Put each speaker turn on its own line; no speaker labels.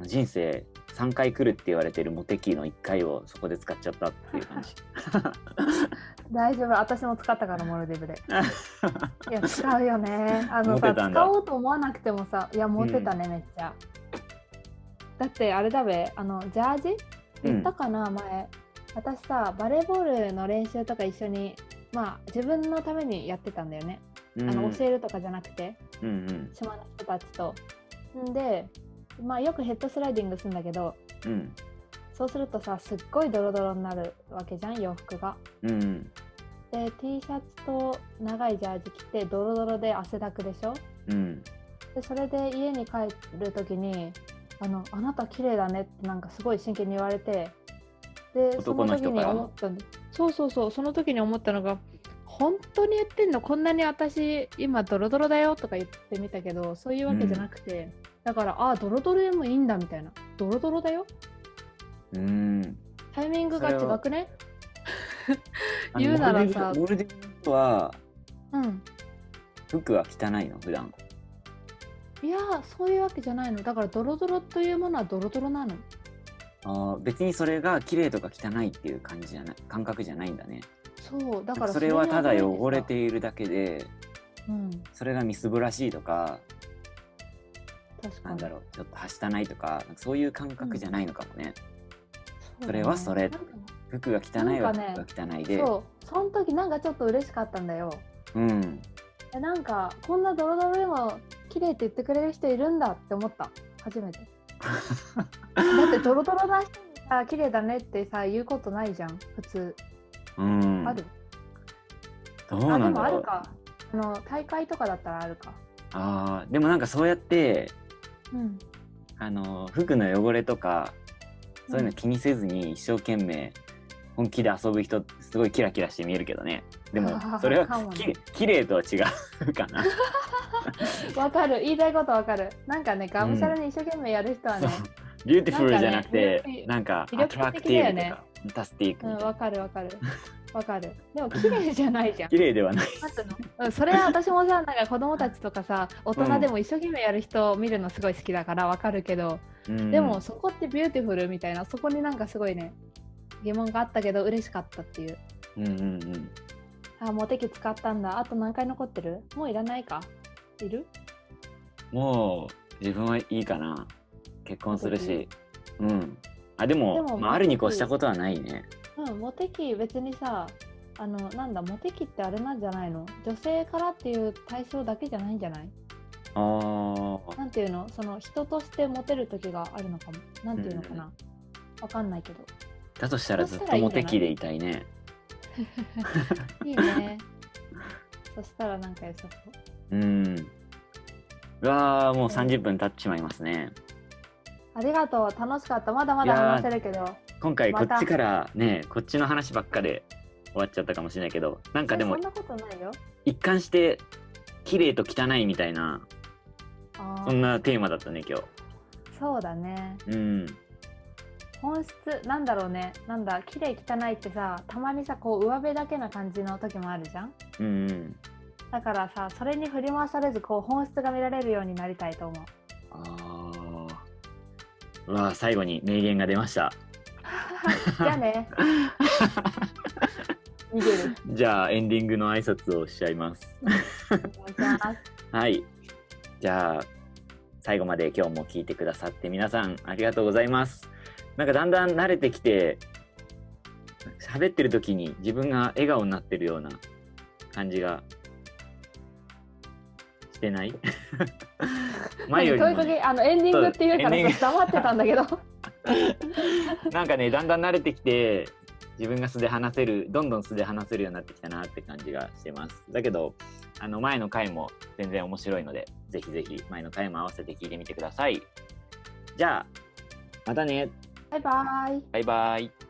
人生3回来るって言われてるモテキーの1回をそこで使っちゃったっていう感じ
大丈夫私も使ったからモルディブでいや使うよねあの
モテ
さ
たんだ
使おうと思わなくてもさいやモテたね、めっちゃだってあれだべあのジャージ言ったかな、前私さバレーボールの練習とか一緒にまあ自分のためにやってたんだよね、
うん
あ
う
の
ん
教えるとかじゃなくて
うん
島の人たちとんでまあよくヘッドスライディングするんだけど
うん
そうするとさすっごいドロドロになるわけじゃん洋服が。
うんうん
で T シャツと長いジャージ着てドロドロで汗だくでしょ
うん
でそれで家に帰る時に「あのあなた綺麗だね」ってなんかすごい真剣に言われてでそ
男
の
の
時
人
に
から
思ったんでそうそうそうその時に思ったのが「本当に言ってんのこんなに私今ドロドロだよ」とか言ってみたけどそういうわけじゃなくて、だから「ああドロドロでもいいんだ」みたいな「ドロドロだよ
うん
タイミングが違くね?
あの
言うならさ
モルディブの人は」
うん
服は汚いの普段
いやーそういうわけじゃないのだからドロドロというものはドロドロなの
あー別にそれが綺麗とか汚いっていう感じじゃない感覚じゃないんだね
そうだから
それはただ汚れ
い
ているだけで
うん
それがみすぼらしいとか
確か
なん
に
だろうちょっとはしたないとかなんかそういう感覚じゃないのかもね、
うだね
それはそれ
なんか
服が汚いは
なんかね
服が汚いで、
そうその時なんかちょっと嬉しかったんだよ
うん
えなんかこんなドロドロでも綺麗って言ってくれる人いるんだって思った初 めてだってドロドロな人にさ綺麗だねってさ言うことないじゃん普通
うん
ある、
どう
あ
な
で
んだ
もあ
ろ
る
う
かあの大会とかだったらあるか
あーでもなんかそうやって
うん
あの服の汚れとかそういうの気にせずに一生懸命本気で遊ぶ人ってすごいキラキラして見えるけどねで もそれ
か
は
もね
き綺麗とは違うか な
わかる言いたいことわかるなんかねがむしゃらに一生懸命やる人はね、
ビューティフルじゃなくて
な
なんか,、
魅力
アトラクテ
魅力的
ィブと
だよね
かファンタスティック
うん
みたい
わ
な
かるわ かるわかるでも綺麗じゃないじゃん
綺麗ではない
あとのうんそれは私もさなんか子供たちとかさ大人でも一生懸命やる人を見るのすごい好きだからわかるけど、でもそこってビューティフルみたいなそこになんかすごいね疑問があったけど嬉しかったっていう
うんうんうん
あモテ期使ったんだあと何回残ってるもういらないかいる
もう自分はいいかな結婚するし
で
うんあでも
でも
まあ、あるに越したことはないね
うんモテ期別にさあのなんだモテ期ってあれなんじゃないの女性からっていう対象だけじゃないんじゃない
あー
なんていうのその人としてモテる時があるのかもなんていうのかな、
う
わかんないけど
だとしたらずっとモテ期でいたいね
いいね。 そしたらなんか良さそ
う
う。
んうわーもう30分経ってしまいますね
ありがとう。楽しかった。まだまだ
いやー
話せるけど。
今回こ
また
っちからねこっちの話ばっかで終わっちゃったかもしれないけどなんか
え
でも
そんなことないよ。
一貫して綺麗と汚いみたいな
あー
そんなテーマだったね今
そうだね。
日うん
本質なんだろうね。なんだ綺麗汚いってさ、たまにさこう上辺だけな感じの時もあるじゃん。
うんうん
だからさ、それに振り回されずこう本質が見られるようになりたいと思う。
あーうわー最後に名言が出ました
じゃあ ね。逃げる。
じゃあエンディングの挨拶をしちゃいます。
お願いします。
はい。じゃあ最後まで今日も聞いてくださって皆さんありがとうございます。なんかだんだん慣れてきて喋ってる時に自分が笑顔になってるような感じがしてない 前よりも
問いかけあのエンディングっていうか
そうエンディン
ら
グ
さ黙ってたんだけど。
なんかねだんだん慣れてきて自分が素で話せるどんどん素で話せるようになってきたなって感じがしてますだけどあの前の回も全然面白いのでぜひぜひ前の回も合わせて聞いてみてくださいじゃあまたね
バイバイ。
バイバイ